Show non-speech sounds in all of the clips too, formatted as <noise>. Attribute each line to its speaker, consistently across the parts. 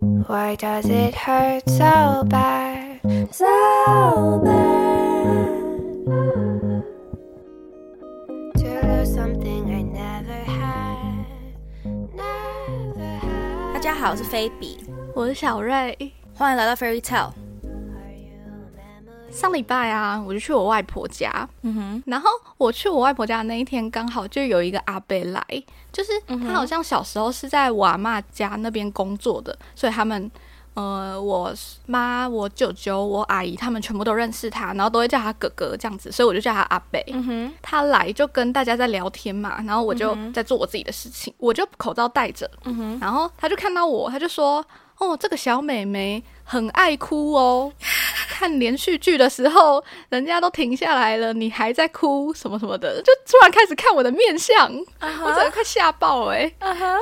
Speaker 1: Why does it hurt so bad? So bad. To lose something I never had. Never had.
Speaker 2: 大家好，我是菲比，
Speaker 3: 我是小瑞。
Speaker 2: 欢迎来到 Fairy Tale。
Speaker 1: Are you memory?
Speaker 3: 上礼拜啊，我就去我外婆家，
Speaker 2: 嗯哼，
Speaker 3: 然后我去我外婆家的那一天，刚好就有一个阿伯来，就是
Speaker 2: 嗯
Speaker 3: 他好像小时候是在我阿妈家那边工作的，所以他们。呃，我妈、我舅舅、我阿姨，他们全部都认识他，然后都会叫他哥哥这样子，所以我就叫他阿伯。
Speaker 2: 嗯哼，
Speaker 3: 他来就跟大家在聊天嘛，然后我就在做我自己的事情，我就口罩戴着，
Speaker 2: 嗯哼，
Speaker 3: 然后他就看到我，他就说：“哦，这个小美眉很爱哭哦，看连续剧的时候，人家都停下来了，你还在哭什么什么的，就突然开始看我的面相，我整个快吓爆哎、
Speaker 2: 啊哈，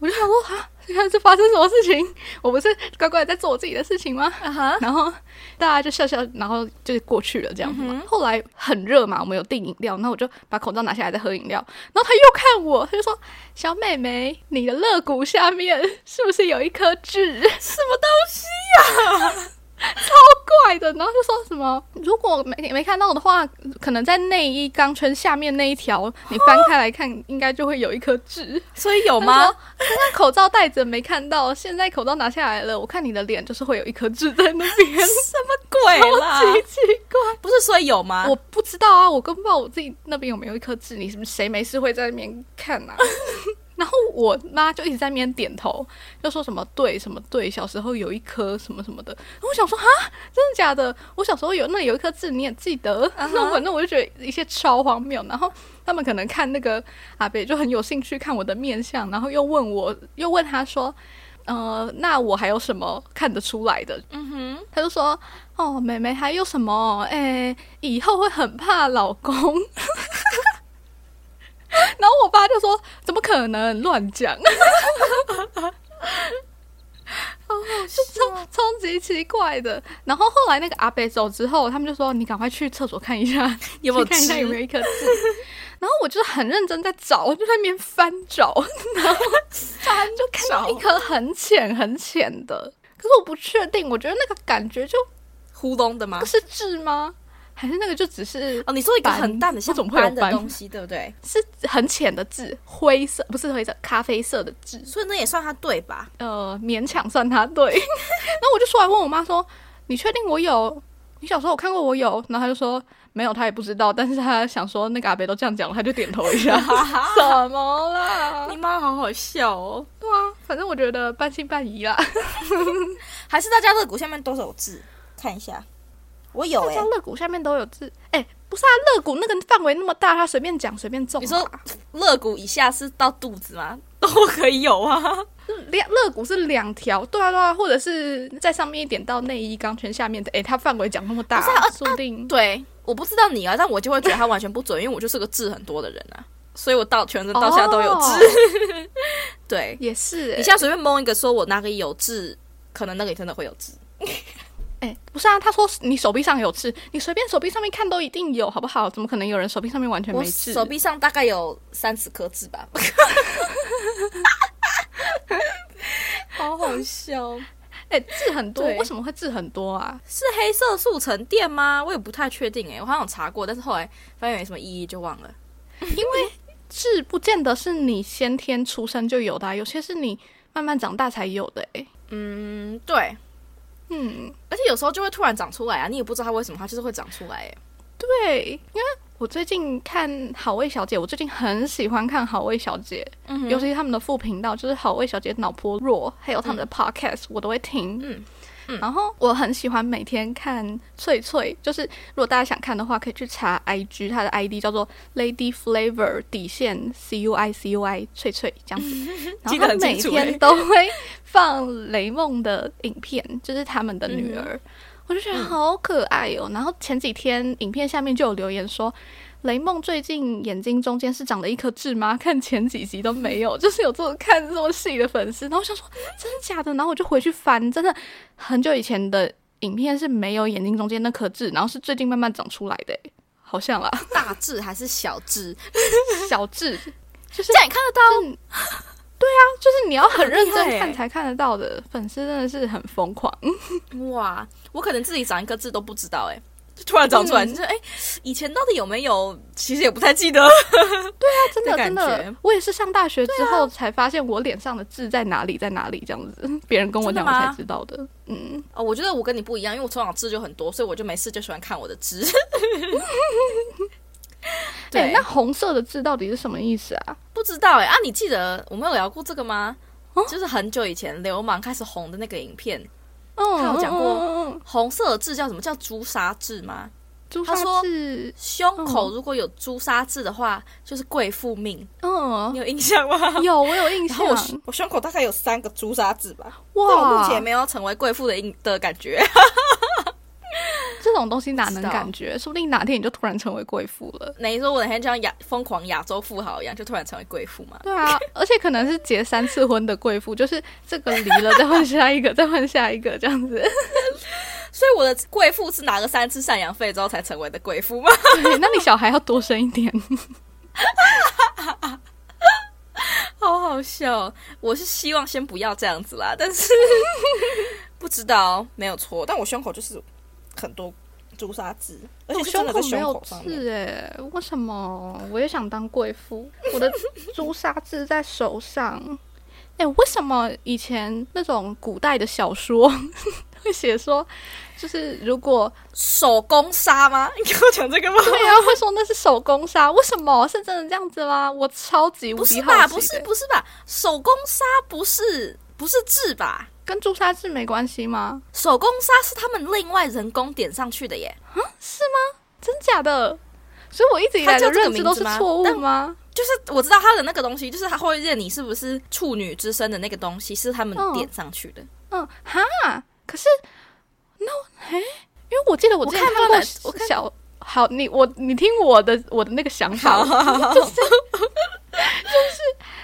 Speaker 3: 我就想说啊，现在是发生什么事情？我不是乖乖地在做我自己的事情吗？
Speaker 2: 啊哈，
Speaker 3: 然后大家就笑笑，然后就过去了这样子嘛。后来很热嘛，我们有订饮料，那我就把口罩拿下来再喝饮料。然后他又看我，他就说：“小妹妹，你的肋骨下面是不是有一颗痣？什么东西 <laughs> 呀、超怪的。”然后就说什么：“如果没没看到的话，可能在内衣钢圈下面那一条，你翻开来看，应该就会有一颗痣。”
Speaker 2: 所以有
Speaker 3: 我妈，？刚刚口罩戴着没看到，现在口罩拿下来了，我看你的脸就是会有一颗痣在那边，
Speaker 2: 什么鬼啦？
Speaker 3: <laughs> 超级奇怪。
Speaker 2: 不是所以有吗？
Speaker 3: 我不知道啊，我根本不知道我自己那边有没有一颗痣，你是不是谁没事会在那边看啊？ <laughs> 然后我妈就一直在那边点头，就说什么对什么对，小时候有一颗什么什么的。然后我想说哈，真的假的？我小时候有那里有一颗痣，你也记得那反正我就觉得一切超荒谬。然后他们可能看那个阿北就很有兴趣看我的面相，然后又问我，又问他说，呃，那我还有什么看得出来的？
Speaker 2: 嗯哼，
Speaker 3: 他就说：“哦，妹妹还有什么？哎、以后会很怕老公。” <laughs> 然后我爸就说：“怎么可能乱讲？” <laughs> 哦就超
Speaker 2: 啊
Speaker 3: 超级奇怪的。然后后来那个阿北走之后，他们就说：“你赶快去厕所看一下，
Speaker 2: <laughs> 有没有
Speaker 3: 去看一下
Speaker 2: 痣
Speaker 3: 有没有一颗痣。”然后我就是很认真在找，我就在那边翻
Speaker 2: <laughs>
Speaker 3: 找，然后翻就看到一颗很浅很浅的，可是我不确定，我觉得那个感觉就
Speaker 2: 糊弄的吗
Speaker 3: 不？是痣吗？还是那个就只是
Speaker 2: 哦，你说一个
Speaker 3: 斑
Speaker 2: 很淡的像
Speaker 3: 我怎么会有
Speaker 2: 斑的
Speaker 3: 斑
Speaker 2: 东西，对不对？
Speaker 3: 是很浅的痣，灰色不是灰色，咖啡色的痣，
Speaker 2: 所以那也算他对吧？
Speaker 3: 呃，勉强算他对。 <laughs> 然后我就出来问我妈说：“你确定我有？你小时候有看过我有？”然后她就说：“没有，她也不知道。”但是她想说那个阿伯都这样讲了，她就点头一
Speaker 2: <laughs>
Speaker 3: 下。什么啦？
Speaker 2: 你妈好好笑哦！
Speaker 3: 对啊，反正我觉得半信半疑啦。
Speaker 2: 还是大家肋骨下面多少有痣？看一下，我有
Speaker 3: 大
Speaker 2: 哎、
Speaker 3: 家肋骨下啊面都有痣，哎、不是啊，肋骨那个范围那么大，她随便讲随便中吧。
Speaker 2: 你说肋骨以下是到肚子吗？都可以有啊。
Speaker 3: 两肋骨是两条，对啊对啊，或者是在上面一点到内衣钢圈下面的，诶，它范围讲那么大
Speaker 2: 不是啊，
Speaker 3: 说不定
Speaker 2: 对，我不知道你啊，但我就会觉得他完全不准，因为我就是个痣很多的人啊，所以我到全身到现在都有痣。
Speaker 3: 痣，
Speaker 2: 对，
Speaker 3: 哦也
Speaker 2: <laughs>
Speaker 3: 是
Speaker 2: 你
Speaker 3: 诶，
Speaker 2: 现在随便蒙一个，说我哪里有痣，可能那里真的会有痣。
Speaker 3: 诶，不是啊，他说你手臂上有痣，你随便手臂上面看都一定有，好不好？怎么可能有人手臂上面完全
Speaker 2: 我
Speaker 3: 没痣？
Speaker 2: 手臂上大概有三十颗痣吧，好好笑。
Speaker 3: 诶，痣很多，
Speaker 2: 对
Speaker 3: 为什么会痣很多啊？
Speaker 2: <laughs>
Speaker 3: <laughs>
Speaker 2: 是黑色素沉淀吗？我也不太确定哎、我好像有查过，但是后来发现没什么意义，就忘了。
Speaker 3: 痣不见得是你先天出生就有的啊、有些是你慢慢长大才有的、诶，
Speaker 2: 嗯，对，
Speaker 3: 嗯，
Speaker 2: 而且有时候就会突然长出来啊，你也不知道它为什么，它就是会长出来哎、
Speaker 3: 对，因为我最近看《好味小姐》，我最近很喜欢看《好味小姐》。
Speaker 2: 嗯哼
Speaker 3: 尤其是他们的副频道，就是好味小姐脑波弱，还有他们的 podcast，、我都会听。
Speaker 2: 嗯嗯
Speaker 3: 然后我很喜欢每天看翠翠，就是如果大家想看的话，可以去查 IG，她的 ID 叫做 Lady Flavor 底线 C U I C U I 翠翠这
Speaker 2: <laughs>
Speaker 3: 样子。然
Speaker 2: 记得
Speaker 3: 后她
Speaker 2: 很
Speaker 3: 每
Speaker 2: 清楚欸
Speaker 3: 天都会放雷梦的影片，就是他们的女儿，我就觉得好可爱哦。然后前几天影片下面就有留言说，雷梦最近眼睛中间是长了一颗痣吗？看前几集都没有，就是有这种看这么细的粉丝，然后我想说真的假的，然后我就回去翻，真的很久以前的影片是没有眼睛中间那颗痣，然后是最近慢慢长出来的、欸好像啦，
Speaker 2: 大痣还是小痣，
Speaker 3: <laughs> 小痣，就是
Speaker 2: 这样你看得到？
Speaker 3: 就是啊就是你要很认
Speaker 2: 很厉
Speaker 3: 真
Speaker 2: 害
Speaker 3: 看
Speaker 2: 欸
Speaker 3: 才看得到的，粉丝真的是很
Speaker 2: <laughs>
Speaker 3: 疯狂。
Speaker 2: 哇，我可能自己长一个字都不知道哎、就突然长出来，
Speaker 3: 嗯
Speaker 2: 就是哎，以前到底有没有？其实也不太记得。
Speaker 3: 真
Speaker 2: 的
Speaker 3: 的
Speaker 2: 感
Speaker 3: 真的
Speaker 2: 觉，
Speaker 3: 我也是上大学之后才发现我脸上的痣在哪里，在哪里这样子， <laughs> 别人跟我讲
Speaker 2: 真
Speaker 3: 我
Speaker 2: 的吗
Speaker 3: 才知道的。嗯，
Speaker 2: 哦，我觉得我跟你不一样，因为我从小痣就很多，所以我就没事就喜欢看我的 <laughs> 痣。对，
Speaker 3: 诶那红色的痣到底是什么意思啊？
Speaker 2: 哎不知道哎、啊，你记得我们有聊过这个吗？就是很久以前流氓开始红的那个影片，
Speaker 3: 嗯，
Speaker 2: 他有讲过
Speaker 3: 嗯，嗯嗯
Speaker 2: 红色的痣叫什么？叫朱砂痣吗？
Speaker 3: 朱砂
Speaker 2: 他说
Speaker 3: 痣，
Speaker 2: 胸口如果有朱砂痣的话，就是贵妇命。你
Speaker 3: 嗯，
Speaker 2: 哦有印象吗？
Speaker 3: 有我有印
Speaker 2: 然
Speaker 3: 象
Speaker 2: <laughs> 后，我胸我胸口大概有三个朱砂痣吧，但我目
Speaker 3: 哇
Speaker 2: 前，没有成为贵妇的印的感觉。 <laughs>
Speaker 3: 这种东西哪
Speaker 2: 知
Speaker 3: 能
Speaker 2: 道
Speaker 3: 感觉？说不定哪天你就突然成为贵妇了。
Speaker 2: 你说我哪天就像亚疯狂亚洲富豪一样，就突然成为贵妇吗？
Speaker 3: 对啊，而且可能是结三次婚的贵妇，就是这个离了再换下一个，再换下一个这样子。 <laughs>
Speaker 2: 所以我的贵妇是拿了三次赡养费之后才成为的贵妇吗？ <laughs>
Speaker 3: 对，那你小孩要多生一点。
Speaker 2: 好好笑！哦我是希望先不要这样子啦， <laughs> 但是不知道没有错，但我胸口就是很多朱砂痣，而且是真的在
Speaker 3: 没
Speaker 2: 哦胸
Speaker 3: 有
Speaker 2: 口上面。
Speaker 3: 痣哎、为什么？我也想当贵妇，我的朱砂痣在手上。哎、为什么以前那种古代的小说 <laughs> 会写说，就是如果
Speaker 2: 手工纱吗？ <laughs> 你跟我讲这个吗？
Speaker 3: 对啊，会说那是手工纱？为什么是真的这样子吗？我超级无
Speaker 2: 不是
Speaker 3: 敌好奇的、欸
Speaker 2: 吧？不是不是吧？手工纱不是不是痣吧？
Speaker 3: 跟朱砂痣没关系吗？
Speaker 2: 手工纱是他们另外人工点上去的耶，
Speaker 3: 真假的？所以我一直以来
Speaker 2: 它叫
Speaker 3: 的
Speaker 2: 这个
Speaker 3: 认知都
Speaker 2: 名
Speaker 3: 是
Speaker 2: 字吗
Speaker 3: 错误
Speaker 2: 但
Speaker 3: 吗？
Speaker 2: 就是我知道他的那个东西，就是他会认你是不是处女之身的那个东西，是他们
Speaker 3: 嗯
Speaker 2: 点上去的。
Speaker 3: 嗯，哈，可是那哎、因为我记得我之前
Speaker 2: 我看
Speaker 3: 看
Speaker 2: 到
Speaker 3: 过
Speaker 2: 哪我看
Speaker 3: 小好，你我你听我的我的那个想法，
Speaker 2: <laughs>
Speaker 3: 就是就是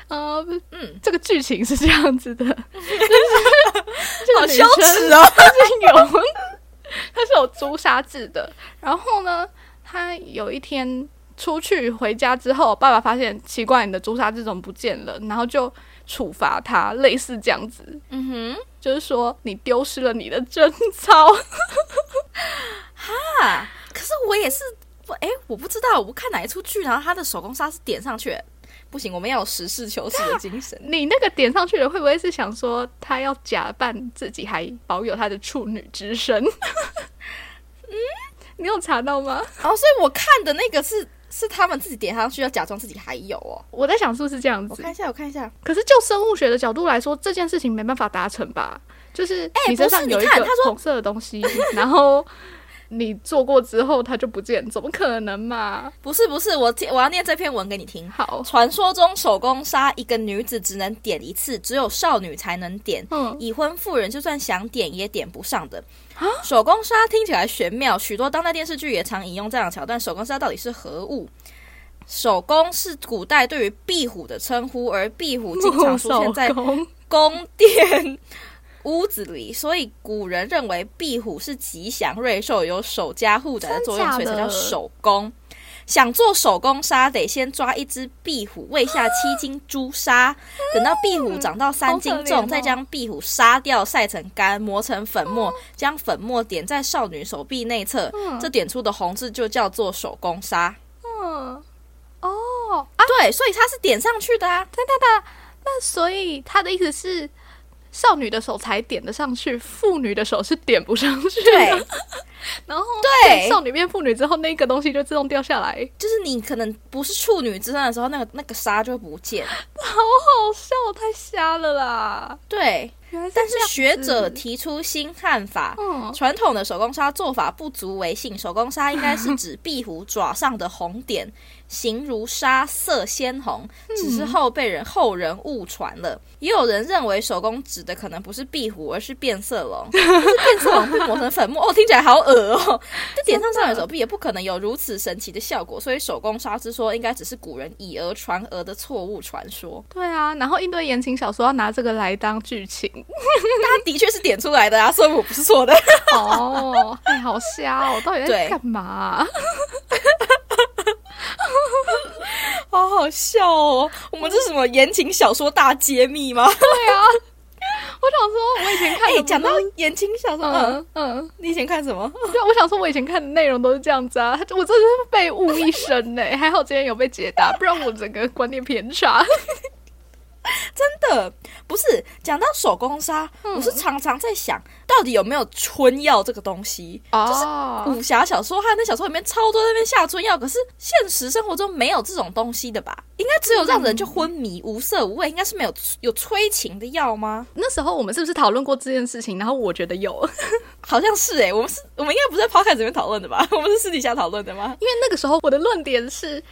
Speaker 3: 呃，
Speaker 2: 嗯，
Speaker 3: 这个剧情是这样
Speaker 2: <laughs>
Speaker 3: 子的，就是这个
Speaker 2: 好
Speaker 3: 女
Speaker 2: 羞
Speaker 3: 生
Speaker 2: 耻哦！ <laughs>
Speaker 3: 是有，她是有朱砂痣的。然后呢，她有一天出去回家之后，爸爸发现奇怪，你的朱砂痣怎么不见了？然后就处罚她，类似这样子。
Speaker 2: 嗯哼。
Speaker 3: 就是说你丢失了你的贞操。
Speaker 2: 啊，可是我也是，我哎、我不知道，我看哪一出剧，然后他的手工纱是点上去的，不行，我们要有实事求是的精神。
Speaker 3: 你那个点上去的，会不会是想说他要假扮自己还保有他的处女之身？嗯， <laughs> 你有查到吗？
Speaker 2: <laughs> 哦，所以我看的那个是是他们自己点上去，要假装自己还有哦。
Speaker 3: 我在想是不是这样
Speaker 2: 我
Speaker 3: 子
Speaker 2: 看？一下，我看一下。
Speaker 3: 可是就生物学的角度来说，这件事情没办法达成吧？就是
Speaker 2: 哎
Speaker 3: 你身上
Speaker 2: 不是
Speaker 3: 有一
Speaker 2: 你看
Speaker 3: 个
Speaker 2: 他说
Speaker 3: 红色的东西， <laughs> 然后你做过之后它就不见，怎么可能嘛？
Speaker 2: 不是不是，我贴我要念这篇文给你听。
Speaker 3: 好，
Speaker 2: 传说中手工纱，一个女子只能点一次，只有少女才能点。
Speaker 3: 嗯，
Speaker 2: 已婚妇人就算想点也点不上的。
Speaker 3: 啊
Speaker 2: 手工纱听起来玄妙，许多当代电视剧也常引用这样的桥段。手工纱到底是何物？手工是古代对于壁虎的称呼，而壁虎经常出现在
Speaker 3: <laughs> 手工
Speaker 2: 宫殿屋子里，所以古人认为壁虎是吉祥瑞兽，有守家护宅的作用，
Speaker 3: 真
Speaker 2: 所
Speaker 3: 假的
Speaker 2: 以才叫守宫。想做手工纱，得先抓一只壁虎，喂下七斤朱砂，等到壁虎长到三斤
Speaker 3: 好可怜
Speaker 2: 重，
Speaker 3: 哦
Speaker 2: 再将壁虎杀掉，晒成干，磨成粉末，将粉末点在少女手臂内侧，这点出的红痣就叫做手工纱。
Speaker 3: 嗯，哦，
Speaker 2: 对，所以它是点上去的啊。
Speaker 3: 所以他的意思是，少女的手才点得上去，妇女的手是点不上去的。
Speaker 2: 对，
Speaker 3: <laughs> 然后
Speaker 2: 对
Speaker 3: 少女变妇女之后，那个东西就自动掉下来，
Speaker 2: 就是你可能不是处女之身的时候，那个那个纱就会不见。
Speaker 3: 好好笑，太瞎了啦！
Speaker 2: 对，
Speaker 3: 原来
Speaker 2: 但是
Speaker 3: 这样嗯
Speaker 2: 学者
Speaker 3: 子
Speaker 2: 提出新看法，
Speaker 3: 嗯，
Speaker 2: 传统的手工纱做法不足为信，手工纱应该
Speaker 3: <laughs>
Speaker 2: 是指壁虎爪上的红点，形如纱，色鲜红，
Speaker 3: 嗯
Speaker 2: 只是后被人后人误传了。也有人认为手工指的可能不是壁虎，而是变色龙，但是变色龙被磨成粉末， <laughs> 哦，听起来好恶哦。这点上上有手臂也不可能有如此神奇的效果，所以手工纱之说应该只是古人以讹传讹的错误传说。
Speaker 3: 对啊，然后一堆言情小说要拿这个来当剧 <laughs> 情，
Speaker 2: 但它的确是点出来的啊，所以我不是错的。
Speaker 3: 哦，哎，好 <laughs> 瞎哦，到底在
Speaker 2: 对
Speaker 3: 干嘛啊、
Speaker 2: 好好笑哦！我们这是什么言情小说大揭秘吗？
Speaker 3: 对啊，我想说，我以前
Speaker 2: <laughs>
Speaker 3: 看
Speaker 2: 哎、
Speaker 3: 的
Speaker 2: 讲
Speaker 3: 不
Speaker 2: 到
Speaker 3: 是
Speaker 2: 言情小说，嗯，
Speaker 3: 嗯嗯，
Speaker 2: 你以前看什么？
Speaker 3: 对，啊我想说，我以前看的内容都是这样子啊，我真的是被误一生呢、 <laughs> 还好今天有被解答，不然我整个观念偏 <laughs> 差。
Speaker 2: 真的不是讲到手工纱，
Speaker 3: 嗯
Speaker 2: 我是常常在想，到底有没有春药这个东西？
Speaker 3: 哦，
Speaker 2: 武侠小说、汉那小说里面超多在那边下春药，可是现实生活中没有这种东西的吧？应该只有让人就昏迷、无色无味，应该是没有有催情的药吗？
Speaker 3: 那时候我们是不是讨论过这件事情？然后我觉得有， <laughs>
Speaker 2: 好像是哎、我们是，我们应该不是在 podcast 里面讨论的吧？ <laughs> 我们是私底下讨论的吗？
Speaker 3: 因为那个时候我的论点是，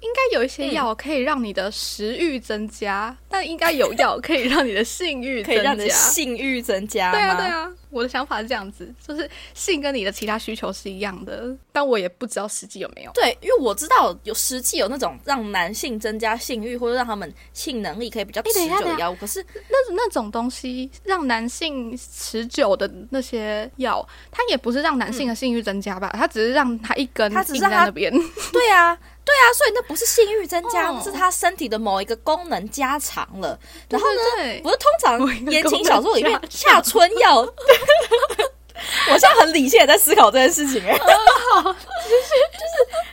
Speaker 3: 应该有一些药可以让你的食欲增加，但应该有药可以让你的性 <laughs> 欲
Speaker 2: 可
Speaker 3: 增
Speaker 2: 以
Speaker 3: 加。
Speaker 2: 让你的性欲增加吗？
Speaker 3: 对啊，对啊，我的想法是这样子，就是性跟你的其他需求是一样的，但我也不知道实际有没有。
Speaker 2: 对，因为我知道有实际有那种让男性增加性欲或者让他们性能力可以比较持
Speaker 3: 等一下
Speaker 2: 久
Speaker 3: 等
Speaker 2: 的
Speaker 3: 一下
Speaker 2: 药物，可是
Speaker 3: 那那种东西让男性持久的那些药，它也不是让男性的性欲增加吧？它嗯只是让他一根
Speaker 2: 它只是
Speaker 3: 硬在
Speaker 2: 让他
Speaker 3: 那边。
Speaker 2: 对啊，对啊，所以那不是性欲增加，
Speaker 3: 哦
Speaker 2: 那是他身体的某一个功能加长了。然后呢，
Speaker 3: 对，
Speaker 2: 不是通
Speaker 3: 某一
Speaker 2: 常
Speaker 3: 个
Speaker 2: 言
Speaker 3: 功
Speaker 2: 情
Speaker 3: 能
Speaker 2: 小说里面
Speaker 3: 加长
Speaker 2: 下春药。
Speaker 3: <laughs>
Speaker 2: 我现在很理性地在思考这件事情，哎，
Speaker 3: 哦
Speaker 2: 就是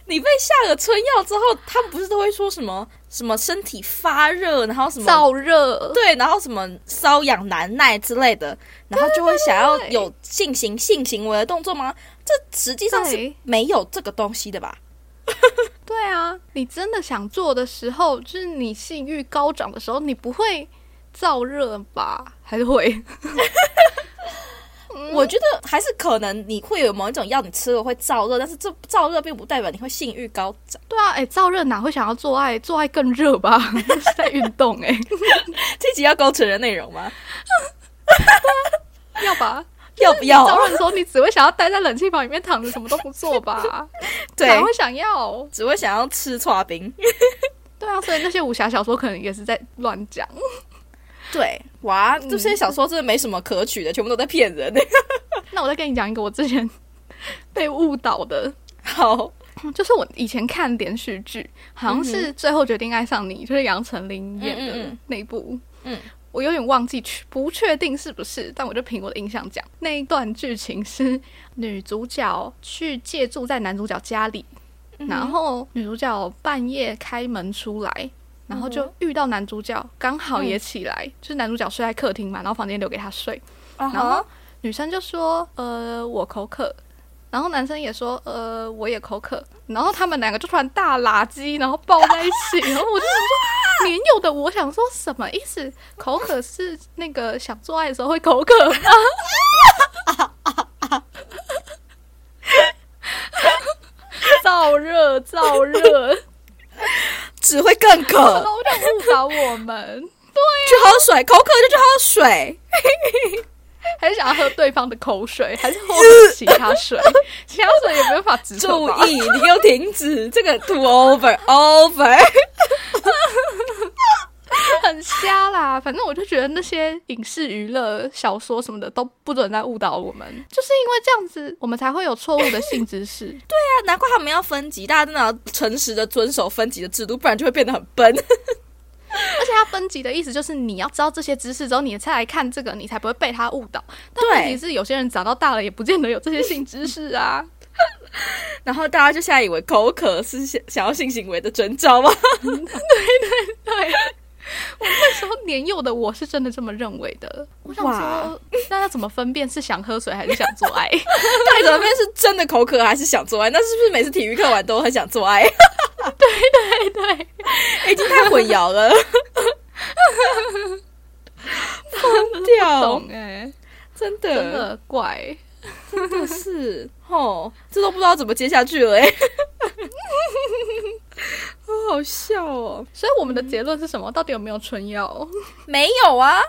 Speaker 2: 你被下了春药之后，他们不是都会说什么什么身体发热，然后什么
Speaker 3: 燥热，
Speaker 2: 对，然后什么瘙痒难耐之类的，然后就会想要
Speaker 3: 对
Speaker 2: 有进行性行为的动作吗？这实际上是
Speaker 3: 对
Speaker 2: 没有这个东西的吧？
Speaker 3: 对啊，你真的想做的时候，就是你性欲高涨的时候，你不会燥热吧？还是会？
Speaker 2: 我觉得还是可能你会有某一种药，你吃了会燥热，但是这燥热并不代表你会性欲高涨。
Speaker 3: 对啊，哎、燥热哪会想要做爱？做爱更热 <laughs> 吧？是在运动哎、
Speaker 2: <laughs> 这集要勾成人内容吗？
Speaker 3: 要吧？
Speaker 2: <laughs> 要不要？
Speaker 3: 燥热的时候，你只会想要待在冷气房里面躺着，什么都不做 <laughs> 吧？
Speaker 2: 对，
Speaker 3: 哪会想要？
Speaker 2: 只会想要吃刨冰。
Speaker 3: 对啊，所以那些武侠小说可能也是在乱讲。
Speaker 2: <laughs> 对，哇，这些小说真的没什么可取的，全部都在骗人。
Speaker 3: 那我再跟你讲一个我之前被误导的，
Speaker 2: <laughs> 好，
Speaker 3: 就是我以前看连续剧，好像是《最后决定爱上你》，就是杨丞琳演
Speaker 2: 嗯嗯
Speaker 3: 的
Speaker 2: 嗯
Speaker 3: 那一部。
Speaker 2: 嗯
Speaker 3: 我有点忘记，确不确定是不是，但我就凭我的印象讲，那一段剧情是女主角去借住在男主角家里，
Speaker 2: 嗯
Speaker 3: 然后女主角半夜开门出来。然后
Speaker 2: 嗯
Speaker 3: 就遇到男主角，刚好也起来，就是男主角睡在客厅嘛，然后房间留给他睡。
Speaker 2: 然
Speaker 3: 然后女生就说：“呃，我口渴。”然后男生也说：“呃，我也口渴。”然后他们两个就突然大垃圾，然后抱在一起。然后我就 <laughs> 想说，年幼的我想说什么意思？口渴是那个想做爱的时候会口渴吗？ <laughs> 燥热，燥热，
Speaker 2: 只会更 <laughs>
Speaker 3: 然
Speaker 2: 渴，
Speaker 3: 后就误导我们，
Speaker 2: 去喝水，口渴就去喝水。
Speaker 3: 还是想要喝对方的口水，还是喝 <laughs> 我的其他水？其他水也没办法止渴
Speaker 2: 注
Speaker 3: 吧
Speaker 2: 意，你给我停止这个 too over over。
Speaker 3: <laughs> 很瞎啦，反正我就觉得那些影视娱乐、小说什么的都不准再误导我们，就是因为这样子，我们才会有错误的性知识。对，
Speaker 2: 那啊难怪他们要分级，大家真的要诚实的遵守分级的制度，不然就会变得很笨。
Speaker 3: <laughs>
Speaker 2: <laughs>
Speaker 3: 而且它分级的意思就是你要知道这些知识之后，你才来看这个，你才不会被它误导。但
Speaker 2: 对
Speaker 3: 问题是，有些人长到大了也不见得有这些性知识啊。 <laughs>
Speaker 2: 然后大家就下以为口渴是想想要性行为的征兆吗？ <laughs>
Speaker 3: 对，我那时候年幼的我是真的这么认为的。我想
Speaker 2: 哇
Speaker 3: 说，那要怎么分辨是想喝水还是想做爱？
Speaker 2: 到底怎么辨是真的口渴还是想做爱？那是不是每次体育课完都很想做爱？ <laughs>
Speaker 3: 对对。
Speaker 2: 已经太混淆 <laughs> 了，疯掉
Speaker 3: <laughs> <laughs> 懂，哎、
Speaker 2: 真
Speaker 3: 真
Speaker 2: 的
Speaker 3: 的怪。
Speaker 2: 真的是哦，这都不知道怎么接下去了哎、 <laughs> 好好笑哦！
Speaker 3: 所以我们的结论是什么？到底有没有春药？
Speaker 2: 没有啊，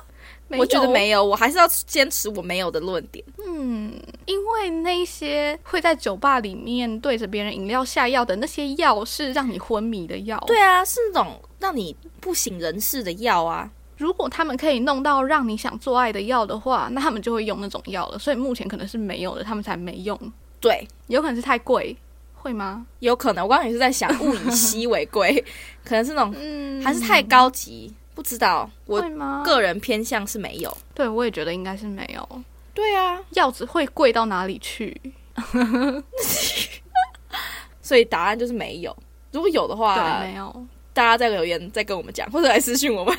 Speaker 3: 没有
Speaker 2: 我觉得，没有，我还是要坚持我没有的论点。
Speaker 3: 嗯，因为那些会在酒吧里面对着别人饮料下药的那些药是让你昏迷的药。，
Speaker 2: 对啊，是那种让你不省人事的药啊。
Speaker 3: 如果他们可以弄到让你想做爱的药的话，那他们就会用那种药了。所以目前可能是没有的，他们才没用。
Speaker 2: 对，
Speaker 3: 有可能是太贵，会吗？
Speaker 2: 有可能。我刚刚也是在想，物以稀为 <laughs> 贵，可能是那种
Speaker 3: 嗯
Speaker 2: 还是太高级，不知道。我
Speaker 3: 会吗？
Speaker 2: 个人偏向是没有。
Speaker 3: 对，我也觉得应该是没有。
Speaker 2: 对啊，
Speaker 3: 药子会贵到哪里去？
Speaker 2: 所以答案就是没有。如果有的话
Speaker 3: 对，，没有。
Speaker 2: 大家再留言再跟我们讲，或者来私信我们。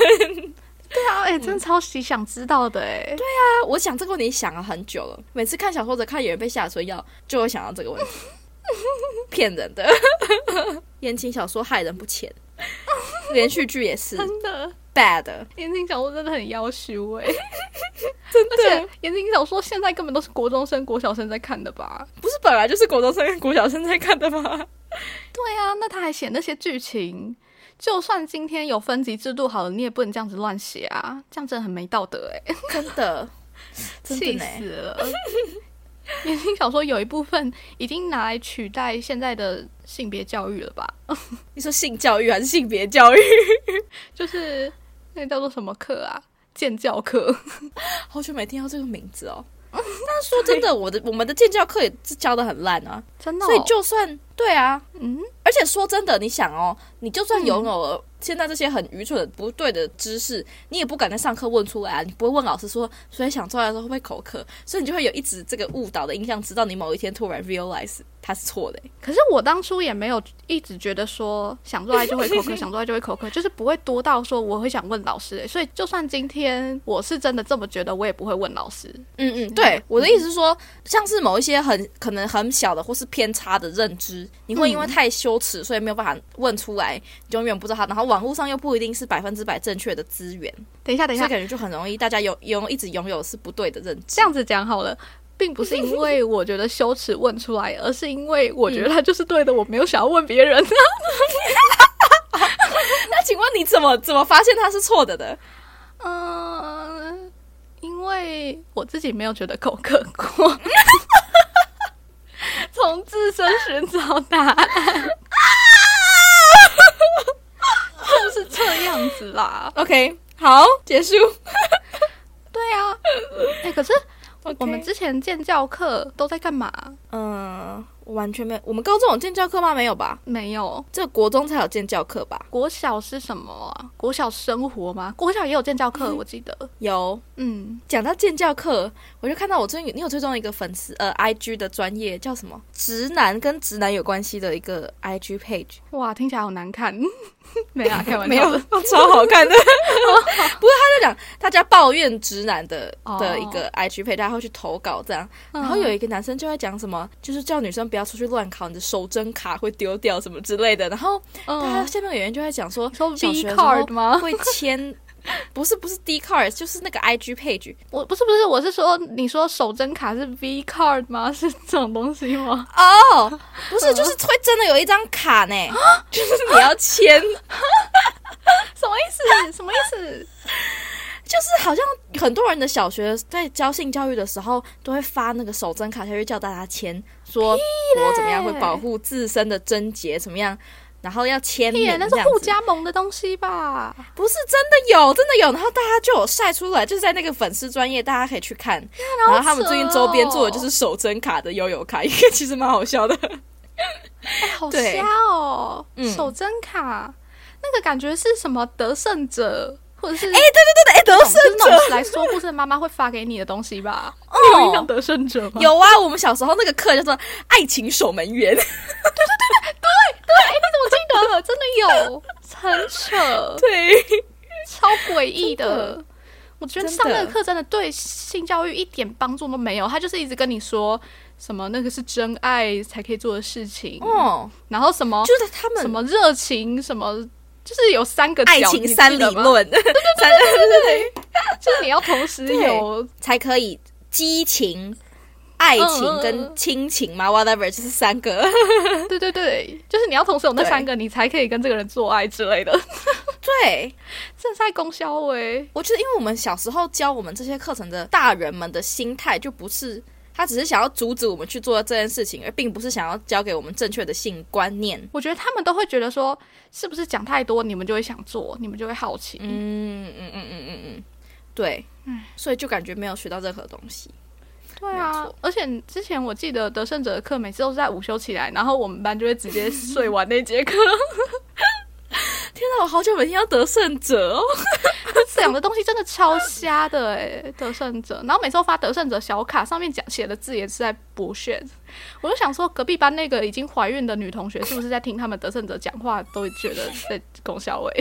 Speaker 3: 对啊，哎、真的超级想知道的哎、对，
Speaker 2: <laughs> 我想这个问题想了很久了，每次看小说者看有人被下水药，就会想到这个问题， <laughs> 骗人的。 <laughs> 言情小说害人不浅， <laughs> 连续剧也是
Speaker 3: 真的，
Speaker 2: bad。
Speaker 3: 言情小说真的很要求哎、
Speaker 2: 真
Speaker 3: 而且言情小说现在根本都是国中生、国小生在看的吧？
Speaker 2: 不是本来就是国中生跟国小生在看的吗？ <laughs>
Speaker 3: 对啊，那他还写那些剧情，就算今天有分级制度好了，你也不能这样子乱写啊，这样真的很没道德 <laughs> 哎、
Speaker 2: 真的，真的
Speaker 3: 气
Speaker 2: 呢。
Speaker 3: 死了！欸 <laughs> 言情小说有一部分已经拿来取代现在的性别教育了吧？
Speaker 2: 你说性教育还是性别教育？ <laughs>
Speaker 3: 就是那个叫做什么课啊？建教课，
Speaker 2: 好久没听到这个名字 <laughs> 哦。但是说真的，我的我们的建教课也是教的很烂啊，
Speaker 3: 真的、哦
Speaker 2: 所以就算对啊，
Speaker 3: 嗯，
Speaker 2: 而且说真的，你想哦，你就算拥有了现在这些很愚蠢的、不对的知识，你也不敢在上课问出来啊，你不会问老师说，所以想出来的时候会不会口渴，所以你就会有一直这个误导的印象，直到你某一天突然 realize 它是错的欸、
Speaker 3: 可是我当初也没有一直觉得说想做爱就会口渴，想做爱就会口渴，就是不会多到说我会想问老师、欸。所以就算今天我是真的这么觉得，我也不会问老师。
Speaker 2: 嗯嗯，对，我的意思是说，像是某一些很可能很小的或是偏差的认知，你会因为太羞耻，所以没有办法问出来，你永远不知道它。然后网络上又不一定是百分之百正确的资源，
Speaker 3: 等一下，等
Speaker 2: 所以
Speaker 3: 一下，
Speaker 2: 感觉就很容易大家有拥一直拥有是不对的认知。
Speaker 3: 这样子讲好了。并不是因为我觉得羞耻问出来，而是因为我觉得他就是对的，我没有想要问别人。
Speaker 2: 那 <laughs> 请问你怎么怎么发现它是错的的？
Speaker 3: 嗯，因为我自己没有觉得口渴过， <laughs> 从自身寻找答案，就是这样子啦。
Speaker 2: OK，好，结束。
Speaker 3: 呃对啊，哎、可是
Speaker 2: OK
Speaker 3: 我们之前建教课都在干嘛？
Speaker 2: 嗯，我完全没有，我们高中有建教课吗？没有吧？
Speaker 3: 没有，
Speaker 2: 这国中才有建教课吧？
Speaker 3: 国小是什么啊？国小生活吗？国小也有建教课，我记得。
Speaker 2: 有。
Speaker 3: 嗯，
Speaker 2: 讲到建教课，我就看到我最近有你有追踪一个粉丝呃 IG 的专业叫什么？直男跟直男有关系的一个 IG page，
Speaker 3: 哇，听起来好难看。 <laughs> 没啊，开玩
Speaker 2: 没
Speaker 3: 笑
Speaker 2: 有 <laughs>
Speaker 3: 的。 <laughs>
Speaker 2: 超好看的。不过他在讲大家抱怨直男的
Speaker 3: 哦
Speaker 2: 的一个 IG page，他会去投稿这样。
Speaker 3: 嗯
Speaker 2: 然后有一个男生就在讲什么，就是叫女生不要出去乱考，你的手真卡会丢掉什么之类的。然后
Speaker 3: 嗯
Speaker 2: 大家下面有人就在讲说，
Speaker 3: 说 V
Speaker 2: 小学的时
Speaker 3: card
Speaker 2: 候
Speaker 3: 吗？
Speaker 2: 会
Speaker 3: <laughs>
Speaker 2: 签，不是不是 D card，就是那个 IG page。
Speaker 3: 我不是不是，我是说，你说手真卡是 V card 吗？ <laughs> 是这种东西吗？
Speaker 2: 哦，不是，就是会真的有一张卡呢，就是你要签，
Speaker 3: <laughs> 什么意思？什么意思？
Speaker 2: 就是好像很多人的小学在教性教育的时候，都会发那个手真卡下去叫大家签，说我怎么样会保护自身的贞洁，怎么样。然后要签名
Speaker 3: <laughs> 屁耶，那
Speaker 2: 这
Speaker 3: 是
Speaker 2: 样子
Speaker 3: 互加盟的东西吧？
Speaker 2: 不是真的有，真的有。然后大家就有晒出来，就是在那个粉丝专业，大家可以去
Speaker 3: <laughs>
Speaker 2: 看。然后他们最近周边做的就是手真卡的悠游卡，因为其实蛮好笑的。
Speaker 3: 哦
Speaker 2: <laughs>
Speaker 3: 哎、好
Speaker 2: 对
Speaker 3: 瞎哦！
Speaker 2: 嗯
Speaker 3: 手真卡那个感觉是什么得胜者，或者是
Speaker 2: 哎，对对对对，哎，得
Speaker 3: 就是
Speaker 2: 胜
Speaker 3: 那
Speaker 2: 者
Speaker 3: 种来说故事的妈妈会发给你的东西吧？你有印
Speaker 2: 哦
Speaker 3: 象，得胜者吗？
Speaker 2: 有啊，我们小时候那个课叫做《爱情守门员》，
Speaker 3: 我记得了，真的有， <laughs> 很扯。
Speaker 2: <laughs> 对，
Speaker 3: 超诡异
Speaker 2: 真
Speaker 3: 的
Speaker 2: 的。
Speaker 3: 我觉得
Speaker 2: 真
Speaker 3: 上
Speaker 2: 的
Speaker 3: 那个课真的对性教育一点帮助都没有，他就是一直跟你说什么那个是真爱才可以做的事情，
Speaker 2: 哦，
Speaker 3: 然后什么
Speaker 2: 就是他们
Speaker 3: 什么热情什么，就是有三个角
Speaker 2: 爱情三理，论，三 <laughs>
Speaker 3: 你记得吗就是你要同时
Speaker 2: 对
Speaker 3: 有
Speaker 2: 才可以激情、爱情跟亲情嘛，whatever，就是三个。 <laughs>
Speaker 3: 对对对，就是你要同时有那
Speaker 2: 对
Speaker 3: 三个，你才可以跟这个人做爱之类的，
Speaker 2: 对，
Speaker 3: 正在供销哎，
Speaker 2: 我觉得因为我们小时候教我们这些课程的大人们的心态就不是。他只是想要阻止我们去做这件事情，而并不是想要教给我们正确的性观念。
Speaker 3: 我觉得他们都会觉得说，是不是讲太多你们就会想做，你们就会好奇，
Speaker 2: 嗯嗯嗯嗯嗯嗯，对，所以就感觉没有学到任何东西。
Speaker 3: 对啊，而且之前我记得得胜者的课每次都是在午休起来，然后我们班就会直接睡完那节课。
Speaker 2: 天哪，我好久没听到得胜者哦。
Speaker 3: <laughs>
Speaker 2: <laughs>
Speaker 3: 这两个东西真的超瞎的哎、得胜者。然后每次都发得胜者小卡，上面讲写的字也是在博炫。我就想说，隔壁班那个已经怀孕的女同学，是不是在听他们得胜者讲话，都觉得在拱小伟？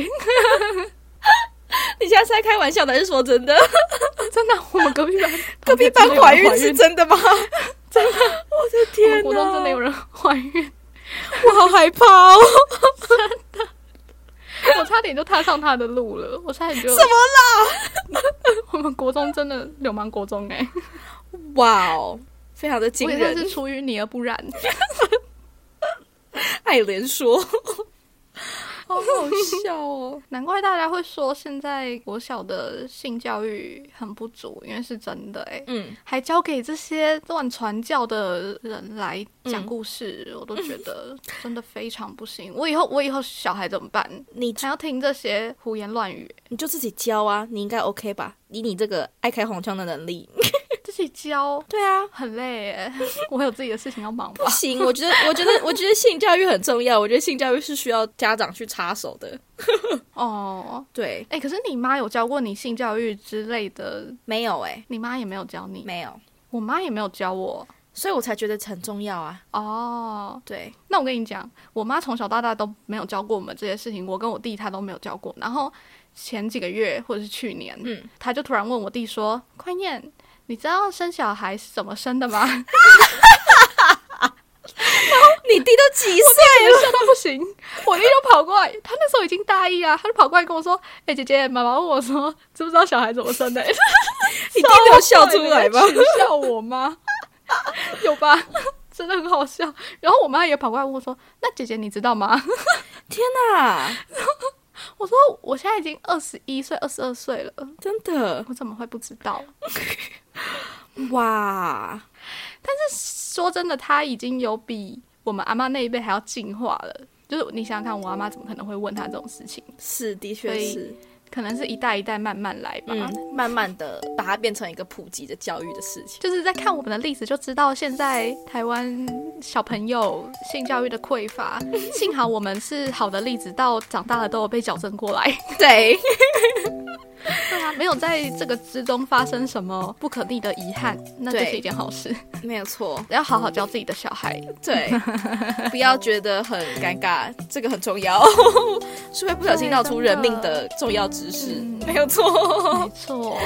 Speaker 2: 你现在是在开玩笑的还是说真的？
Speaker 3: <laughs> 真的，我 <laughs> 们隔壁班
Speaker 2: 隔壁班怀孕是真的吗？ <laughs> 真的，我的
Speaker 3: 我们
Speaker 2: 天
Speaker 3: 国
Speaker 2: 哪！
Speaker 3: 中真的有人怀孕，
Speaker 2: <laughs> 我好害怕哦！
Speaker 3: <laughs> 我差点就踏上他的路了，我差点就
Speaker 2: 怎么啦？
Speaker 3: <laughs> 我们国中真的流氓国中哎、
Speaker 2: 哇哦，非常的惊
Speaker 3: 我也算是
Speaker 2: 人，
Speaker 3: 出淤泥而不染，
Speaker 2: 爱莲 <laughs> 说，
Speaker 3: 好好
Speaker 2: 笑哦。
Speaker 3: 难怪大家会说现在国小的性教育很不足，因为是真的哎、
Speaker 2: <laughs> 嗯，
Speaker 3: 还交给这些乱传教的人来
Speaker 2: 嗯
Speaker 3: 讲故事，我都觉得真的非常不行。我以后我以后小孩怎么办？
Speaker 2: 你
Speaker 3: 还要听这些胡言乱语，
Speaker 2: 你就自己教啊，你应该 OK 吧？以你这个爱开黄腔的能力，
Speaker 3: 自己教
Speaker 2: 对啊，
Speaker 3: 很累哎、我有自己的事情要忙吧
Speaker 2: 不。行，我觉得，我觉得，我觉得性教育很重要，我觉得性教育是需要家长去插手的。
Speaker 3: 哦，
Speaker 2: 对，
Speaker 3: 哎、可是你妈有教过你性教育之类的，
Speaker 2: 没有哎、
Speaker 3: 你妈也没有教你，
Speaker 2: 没有，
Speaker 3: 我妈也没有教我。
Speaker 2: 所以我才觉得很重要啊。
Speaker 3: 哦，
Speaker 2: 对，
Speaker 3: 那我跟你讲，我妈从小到大都没有教过我们这些事情，我跟我弟他都没有教过。然后前几个月或者是去年，
Speaker 2: 嗯，
Speaker 3: 他就突然问我弟说：“宽燕，你知道生小孩是怎么生的吗？”我
Speaker 2: <laughs> 你弟都几岁了？
Speaker 3: 笑到不行，我弟就跑过来，他那时候已经大一啊，他就跑过来跟我说：“哎、姐姐，妈妈问我说，知不知道小孩怎么生的、
Speaker 2: 你弟没有笑出来吗
Speaker 3: 超？坏的在取笑我吗？有吧？真的很好笑。然后我妈也跑过来问我说：“那姐姐你知道吗？”
Speaker 2: 天哪，
Speaker 3: 我说我现在已经二十一岁、二十二岁了，
Speaker 2: 真的
Speaker 3: 我怎么会不知道？
Speaker 2: <laughs> 哇！
Speaker 3: 说真的，他已经有比我们阿妈那一辈还要进化了。就是你想想看，我阿妈怎么可能会问他这种事情？
Speaker 2: 是，的确
Speaker 3: 所以
Speaker 2: 是，
Speaker 3: 可能是一代一代慢慢来吧。
Speaker 2: 嗯，慢慢的把它变成一个普及的教育的事情。
Speaker 3: 就是在看我们的例子就知道，现在台湾小朋友性教育的匮 <laughs> 乏。幸好我们是好的例子，到长大了都有被矫正过来。
Speaker 2: <laughs> 对，
Speaker 3: <laughs> 对啊，没有在这个之中发生什么不可逆的遗憾，那这
Speaker 2: 对
Speaker 3: 是一件好事。
Speaker 2: <laughs> 没有错，
Speaker 3: 要好好教自己的小孩。
Speaker 2: 对， <laughs> 嗯不要觉得很尴尬，这个很重要， <laughs> 是会不小心闹出人命的重要知识，
Speaker 3: 嗯
Speaker 2: 没有错 <laughs>
Speaker 3: 没。错，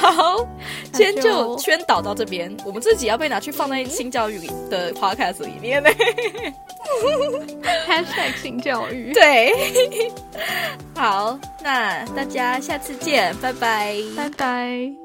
Speaker 2: 好，
Speaker 3: 那
Speaker 2: 今天就
Speaker 3: 就
Speaker 2: 宣导到这边，我们自己要被拿去放在性教育里的 podcast 里 <laughs> 面呢。
Speaker 3: <laughs> #hashtag 性教育，
Speaker 2: 对， <laughs> 好，那大家下次见，拜拜，
Speaker 3: 拜拜。